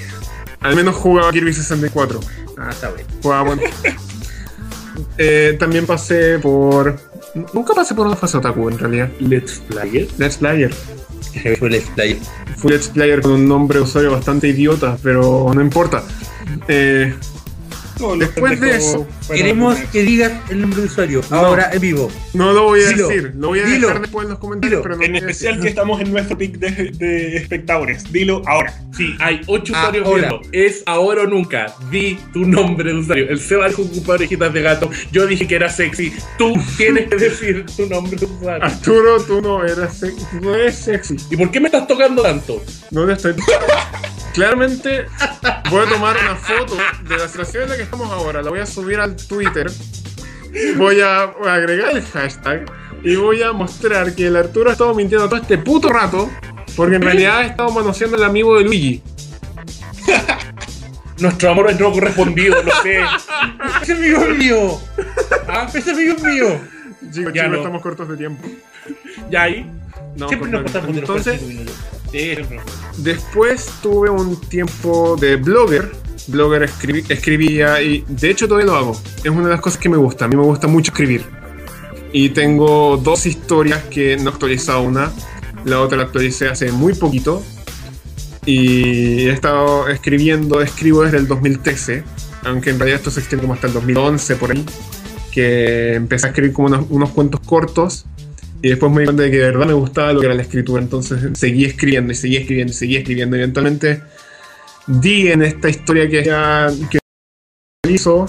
Al menos jugaba Kirby 64.
Ah, está bien.
Jugaba bueno. Eh, también pasé por. Nunca pasé por una fase otaku en realidad.
Let's Player.
Let's Player.
Javier fue el explayer.
Fui Let's Player con un nombre de usuario bastante idiota, pero no importa. Eh,
Todos los
Después de
pendejos
eso,
fueron
Queremos
a-
que digas el nombre de usuario. Ahora en vivo.
no lo voy a
Dilo,
decir. Lo voy a
dilo,
dejar después en los comentarios,
dilo.
pero no
En
lo voy a
especial
decir.
que estamos en nuestro pic de, de espectadores. Dilo ahora.
Sí, hay ocho usuarios
Ahora.
viendo. Es ahora o nunca. Di tu nombre de usuario. El Seba dijo que ocupaba orejitas de gato. Yo dije que era sexy. Tú tienes que decir tu nombre de usuario.
Arturo, tú no eras se- tú no eres sexy.
Ah. ¿Y por qué me estás tocando tanto?
No te estoy. Claramente voy a tomar una foto de la situación en la que estamos ahora. La voy a subir al Twitter. Voy a voy a agregar el hashtag y voy a mostrar que el Arturo ha estado mintiendo todo este puto rato. Porque en realidad ha estado manoseando el amigo de Luigi.
Nuestro amor es no correspondido, lo sé.
¡Ese amigo es mío! ¡Ah, ese amigo es mío!
Chicos,
Ya
chicos,
no.
estamos cortos de tiempo.
Ya ahí.
No,
Siempre nos
cortos de-
pasamos de los
Entonces,
45 minutos.
Sí, pero-
Después tuve un tiempo de blogger. Blogger escribí- escribía y de hecho todavía lo hago. Es una de las cosas que me gusta. A mí me gusta mucho escribir. Y tengo dos historias que no he actualizado una. La otra la actualicé hace muy poquito. Y he estado escribiendo, escribo desde el 2013. Aunque en realidad esto se extiende como hasta el 2011 por ahí. Que empecé a escribir como unos, unos cuentos cortos. Y después me di cuenta de que de verdad me gustaba lo que era la escritura. Entonces seguí escribiendo y seguí escribiendo y seguí escribiendo. Y eventualmente di en esta historia que ya que hizo.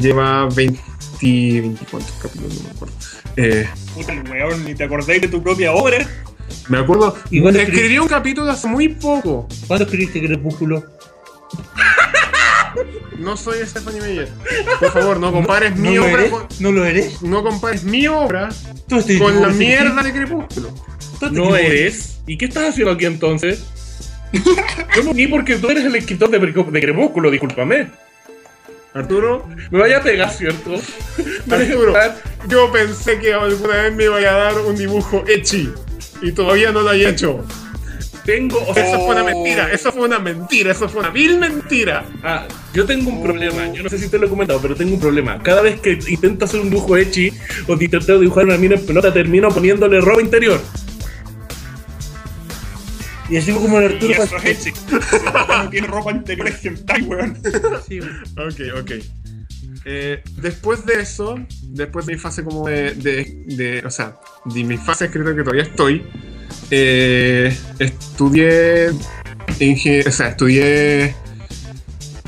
Lleva 20, 20 ¿cuántos capítulos, no me acuerdo. Eh,
Puta el weón, ni te acordáis de tu propia obra.
me acuerdo.
¿Y cuándo
escribí
escribiste?
un capítulo hace muy poco.
¿Cuándo escribiste Crepúsculo?
No soy Stephanie Meyer. Por favor, no compares mi
lo
obra
eres?
con,
¿No lo eres?
no compares mi obra
Todo este
con
tipo
la
de-
mierda de Crepúsculo.
todo este tipo
No
de-
eres. ¿Y qué estás haciendo aquí entonces? Yo me uní porque tú eres el escritor de, Crepú- de Crepúsculo, discúlpame.
Arturo,
Me vaya a pegar, ¿cierto? Me vaya a
Arturo.
pegar.
yo pensé que alguna vez me iba a dar un dibujo echi y todavía no lo he hecho.
Tengo, o sea,
Eso fue una mentira, eso fue una mentira, eso fue una vil mentira.
Ah, yo tengo un problema, yo no sé si te lo he comentado, pero tengo un problema. Cada vez que intento hacer un dibujo echi o que intento dibujar una mina en pelota, termino poniéndole ropa interior.
Y así fue como el
Y
Arturo
eso es
Pacheco.
Helsinki. No tiene ropa interior es hentai, weón.
Sí, güey.
Ok, ok. Eh, después de eso, después de mi fase como de, de- de- O sea, de mi fase creo que todavía estoy. eh, estudié. inge- o sea, estudié.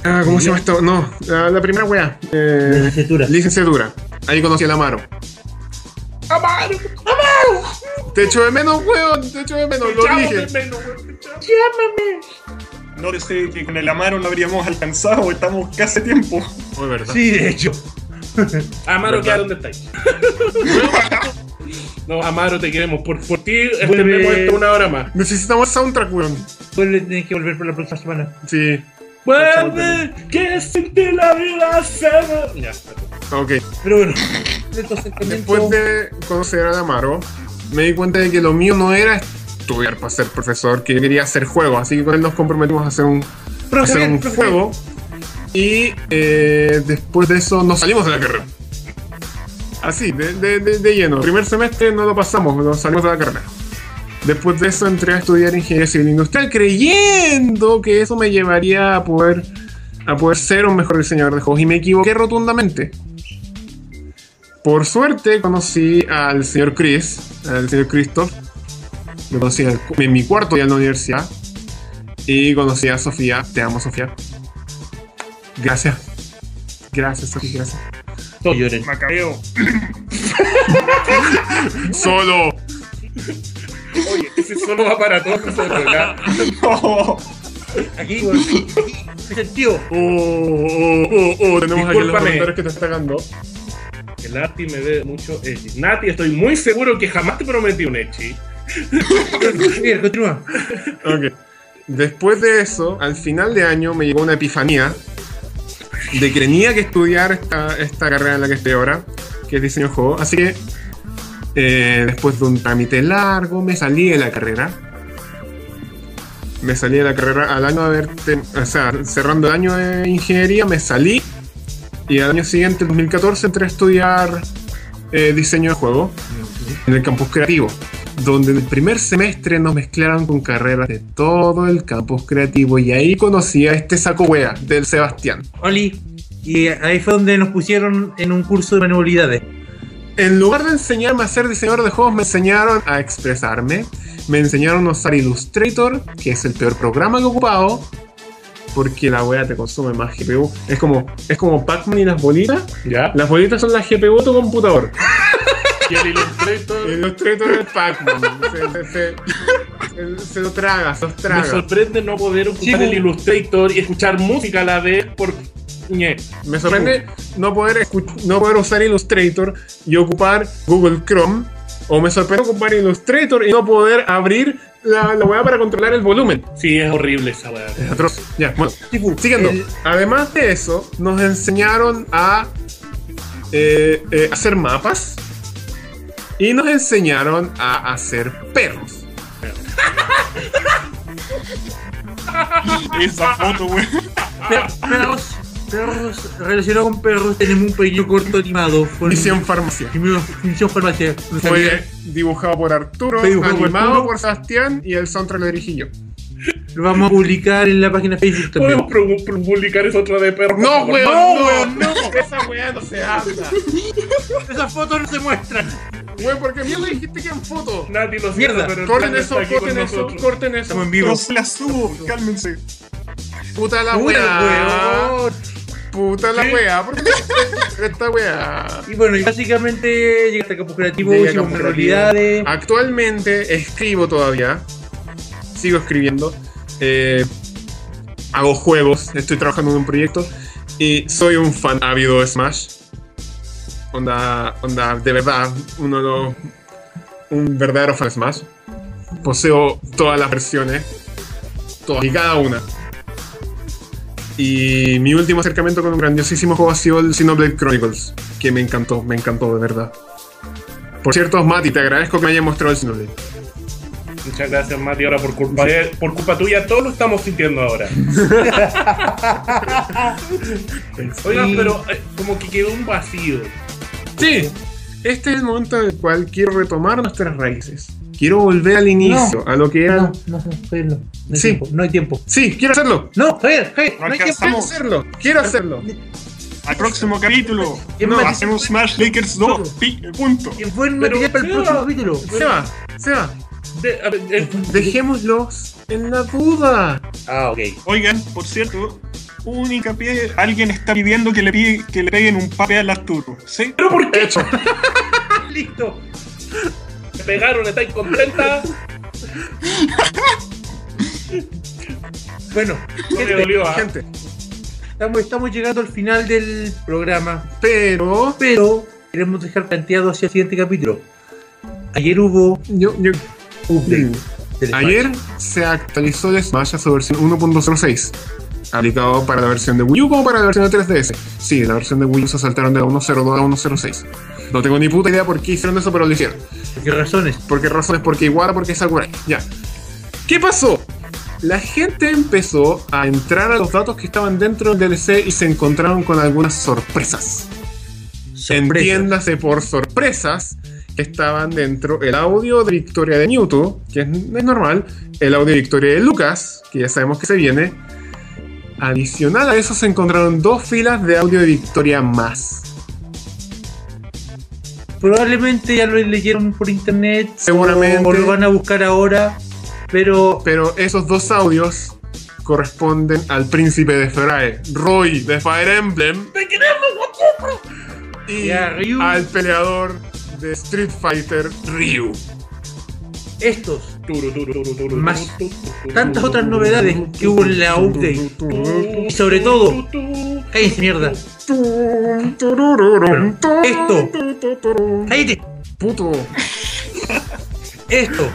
ah, ¿Cómo se llama esto? No, la, la primera wea.
De
Eh,
licenciatura.
licenciatura. Ahí conocí al Amaro.
¡Amaro!
Te echo de menos, weón. Te echo de menos, lo
¡Llámame,
dije.
Melo, weón! ¡Llámame! No te sé que con el Amaro no habríamos alcanzado, estamos casi a tiempo.
Oh, es verdad.
Sí, de hecho.
Amaro,
¿Verdad?
queda donde estáis. No, Amaro, te queremos. Por, por ti Este, extendemos
Vuelve.
esto una hora más.
Necesitamos soundtrack, weón.
Pues le tenés que volver para la próxima semana.
Sí.
¡Vuelve! ¡Que sin ti la vida se va! Ya, perdón.
Ok.
Pero bueno. Entonces,
Después de conocer a Amaro, me di cuenta de que lo mío no era estudiar para ser profesor, que yo quería hacer juegos. Así que con él nos comprometimos a hacer un, a hacer un juego. Y eh, después de eso nos salimos de la carrera. Así, de, de- de- de lleno. Primer semestre no lo pasamos, nos salimos de la carrera. Después de eso entré a estudiar ingeniería civil industrial creyendo que eso me llevaría a poder, a poder ser un mejor diseñador de juegos. Y me equivoqué rotundamente. Por suerte conocí al señor Chris, al señor Christoph. Lo conocí en, el cu- en mi cuarto día en la universidad. Y conocí a Sofía. Te amo, Sofía. Gracias. Gracias, Sofía, gracias.
Todo lloren.
Macabeo.
¡Solo!
Oye, ese solo va para todos nosotros, ¿verdad?
Oh,
No.
Aquí, güey. ¿Qué sentido?
Oh, oh, oh, oh, tenemos aquí a los
Discúlpame.
comentarios que te está cagando.
El Arti me ve mucho Echi. Nati, estoy muy seguro que jamás te prometí un Echi.
Mira, continúa.
Ok. Después de eso, al final de año me llegó una epifanía de que tenía que estudiar esta, esta carrera en la que estoy ahora, que es diseño de juego. Así que eh, después de un trámite largo me salí de la carrera. Me salí de la carrera al año de haber, te- o sea, cerrando el año de ingeniería, me salí y al año siguiente, en 2014, entré a estudiar eh, diseño de juego en el campus creativo, donde en el primer semestre nos mezclaron con carreras de todo el campus creativo y ahí conocí a este saco wea del Sebastián.
Oli. Y ahí fue donde nos pusieron en un curso de manualidades.
En lugar de enseñarme a ser diseñador de juegos, me enseñaron a expresarme, me enseñaron a usar Illustrator, que es el peor programa que he ocupado, porque la wea te consume más GPU. Es como, es como Pac-Man y las bolitas.
¿Ya?
Las bolitas son las GPU de tu computador.
Y el Illustrator
Illustrator es Pac-Man. Se, se- se- se- se lo traga, se los
me
traga.
sorprende no poder
Sí,
ocupar
bu-
el Illustrator y escuchar música a la vez porque... Ñe.
Me sorprende no poder, escu- no poder usar Illustrator y ocupar Google Chrome. O me sorprende ocupar Illustrator y no poder abrir la, la weá para controlar el volumen.
Sí, es horrible esa weá.
Es atroz. Ya, bueno.
Chico,
Siguiendo.
el-
Además de eso, nos enseñaron a eh, eh, hacer mapas. Y nos enseñaron a hacer perros.
Esa foto, weón.
per- perros, perros, relacionado con perros, tenemos un pequeño corto animado. Con
Misión farmacia.
Primero, Función farmacia. No
Fue
sabía.
dibujado por Arturo,
Fue dibujado por
animado
Arturo.
por Sebastián y el soundtrack lo dirigí yo.
Lo vamos a publicar en la página de Facebook también.
¿Podemos pu- pu- publicar esa otra de perro? por
No,
favor?
weón,
No,
no,
weón.
no, esa weá no se habla.
Esas fotos no se muestran.
Weón, porque mierda dijiste que en foto.
Nati lo
Mierda.
siento, pero el
Corten
plan
eso,
está aquí
corten
con
eso,
nosotros.
corten
Estamos
eso.
en vivo.
Pero se la subo, cálmense.
Puta la
Puta,
weá.
weón.
Puta la
¿Qué?
weá. ¿Por qué esta weá?
Y bueno, y básicamente llegaste a Campus Creativo,
Llegué a
hicimos
Campo Creativo. Ah.
manualidades.
Actualmente escribo todavía. Sigo escribiendo. eh, hago juegos. Estoy trabajando en un proyecto. Y soy un fan ávido de Smash. Onda, onda, de verdad, uno de los- un verdadero fan de Smash. Poseo todas las versiones. Todas y cada una. Y mi último acercamiento con un grandiosísimo juego ha sido el Xenoblade Chronicles. Que me encantó, me encantó de verdad. Por cierto, Mati, te agradezco que me hayas mostrado el Xenoblade.
Muchas gracias, Mati. Ahora, por culpa, de- por culpa tuya, todos lo estamos sintiendo ahora. Oigan,
Sí.
pero eh, como que quedó un vacío.
Sí, este es el momento en el cual quiero retomar nuestras raíces. Quiero volver al inicio, a lo que era.
Ah, No, no, no, Javier, no. No hay
Sí.
tiempo, no hay tiempo.
Sí, quiero hacerlo.
No, Javier, Javier, no hay tiempo.
Quiero hacerlo. Quiero hacerlo.
Al próximo capítulo,
¿Quién
no,
más?
hacemos Smash Lakers 2. pi- punto.
Que buen material para el
Pero-
próximo capítulo.
Seba, Seba,
De- a ver, eh,
dejémoslos en la duda.
Ah, ok.
Oigan, por cierto, un hincapié, alguien está pidiendo que le, pide- que le peguen un pape al Arturo. ¿Sí?
¿Pero por qué?
Hecho.
Listo.
te pegaron, estáis contenta.
Bueno,
Me
gente,
dolió, ah.
Gente,
estamos, estamos llegando al final del programa.
pero
pero queremos dejar planteado hacia el siguiente capítulo. Ayer hubo
yo, yo-
update. del Smash.
ayer se actualizó el Smash a su versión 1.06. Aplicado para la versión de Wii U como para la versión de 3DS. Sí, la versión de Wii U se saltaron de la 1.02 a 1.06. No tengo ni puta idea por qué hicieron eso, pero lo hicieron.
¿Por qué razones?
¿Por qué razones? Porque igual, porque es Sakurai. Ya. ¿Qué pasó? La gente empezó a entrar a los datos que estaban dentro del DLC y se encontraron con algunas sorpresas. Entiéndase por sorpresas que estaban dentro el audio de victoria de Mewtwo, que es, es normal, el audio de victoria de Lucas, que ya sabemos que se viene. Adicional a eso se encontraron dos filas de audio de victoria más.
Probablemente ya lo leyeron por internet.
Seguramente.
O lo van a buscar ahora. Pero
Pero esos dos audios corresponden al príncipe de Ferrae, Roy de Fire Emblem. Y
Ya, Ryu.
al peleador de Street Fighter, Ryu.
estos,
Turu, turu, turu, turu,
Más
turu, turu, turu,
tantas
turu,
otras novedades que hubo en la update.
turu,
Y sobre todo,
turu,
cállense mierda. Esto. Cállate.
Puto.
Esto.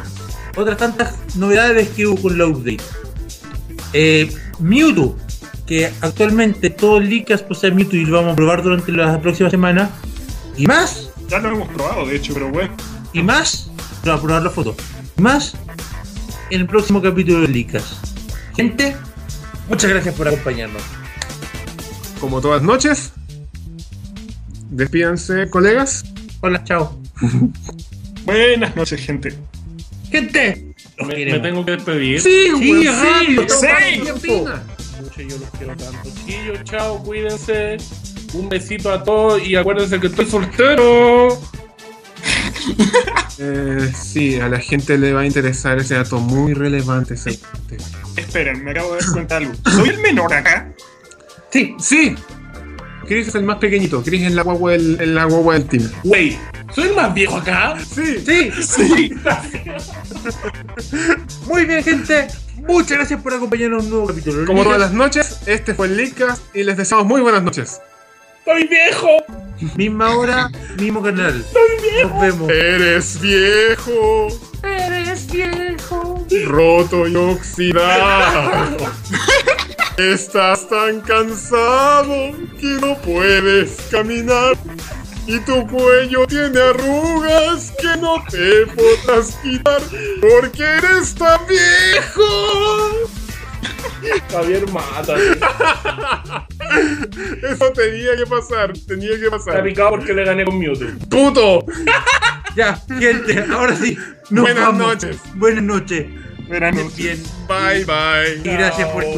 Otras tantas novedades que hubo con la update. Eh, Mewtwo, que actualmente todo el Licas posee Mewtwo y lo vamos a probar durante las próximas semanas. Y más,
Ya lo hemos probado, de hecho, pero bueno.
y más, para probar la foto. Y más, en el próximo capítulo de Licas. Gente, muchas gracias por acompañarnos.
Como todas noches. Despídanse, colegas.
Hola, chao.
Buenas noches, gente.
Gente, los
Me, me
queremos.
tengo que despedir.
Sí,
weón,
rápido,
estamos
sí.
pasando tiempo.
Mucho, yo los quiero tanto. Chiquillos, chao, cuídense. Un besito a todos y acuérdense que estoy soltero.
Eh, sí, a la gente le va a interesar ese dato muy relevante. ese tema.
Esperen, me acabo de dar cuenta de algo. ¿Soy el menor acá?
Sí,
Sí. Chris es el más pequeñito. Chris es la guagua del, el- la guagua del team.
Wey, soy el más viejo acá.
Sí.
sí, Muy bien, gente. Muchas gracias por acompañarnos en un nuevo capítulo.
Como todas
Licas.
las noches, este fue el Leadcast y les deseamos muy buenas noches.
Soy viejo.
Misma hora, mismo canal. Nos vemos.
Eres viejo. Eres viejo. Roto y oxidado. Estás tan cansado que no puedes caminar. Y tu cuello tiene arrugas que no te podrás quitar porque eres tan viejo.
Javier, mata.
Eso tenía que pasar, tenía que
Está
pasar.
picado porque le gané con Mewtwo.
¡Puto!
Ya, gente, ahora sí. nos
Buenas
vamos.
noches.
Buenas noches.
Buenas noches.
Bien.
Bye, bye.
Y gracias por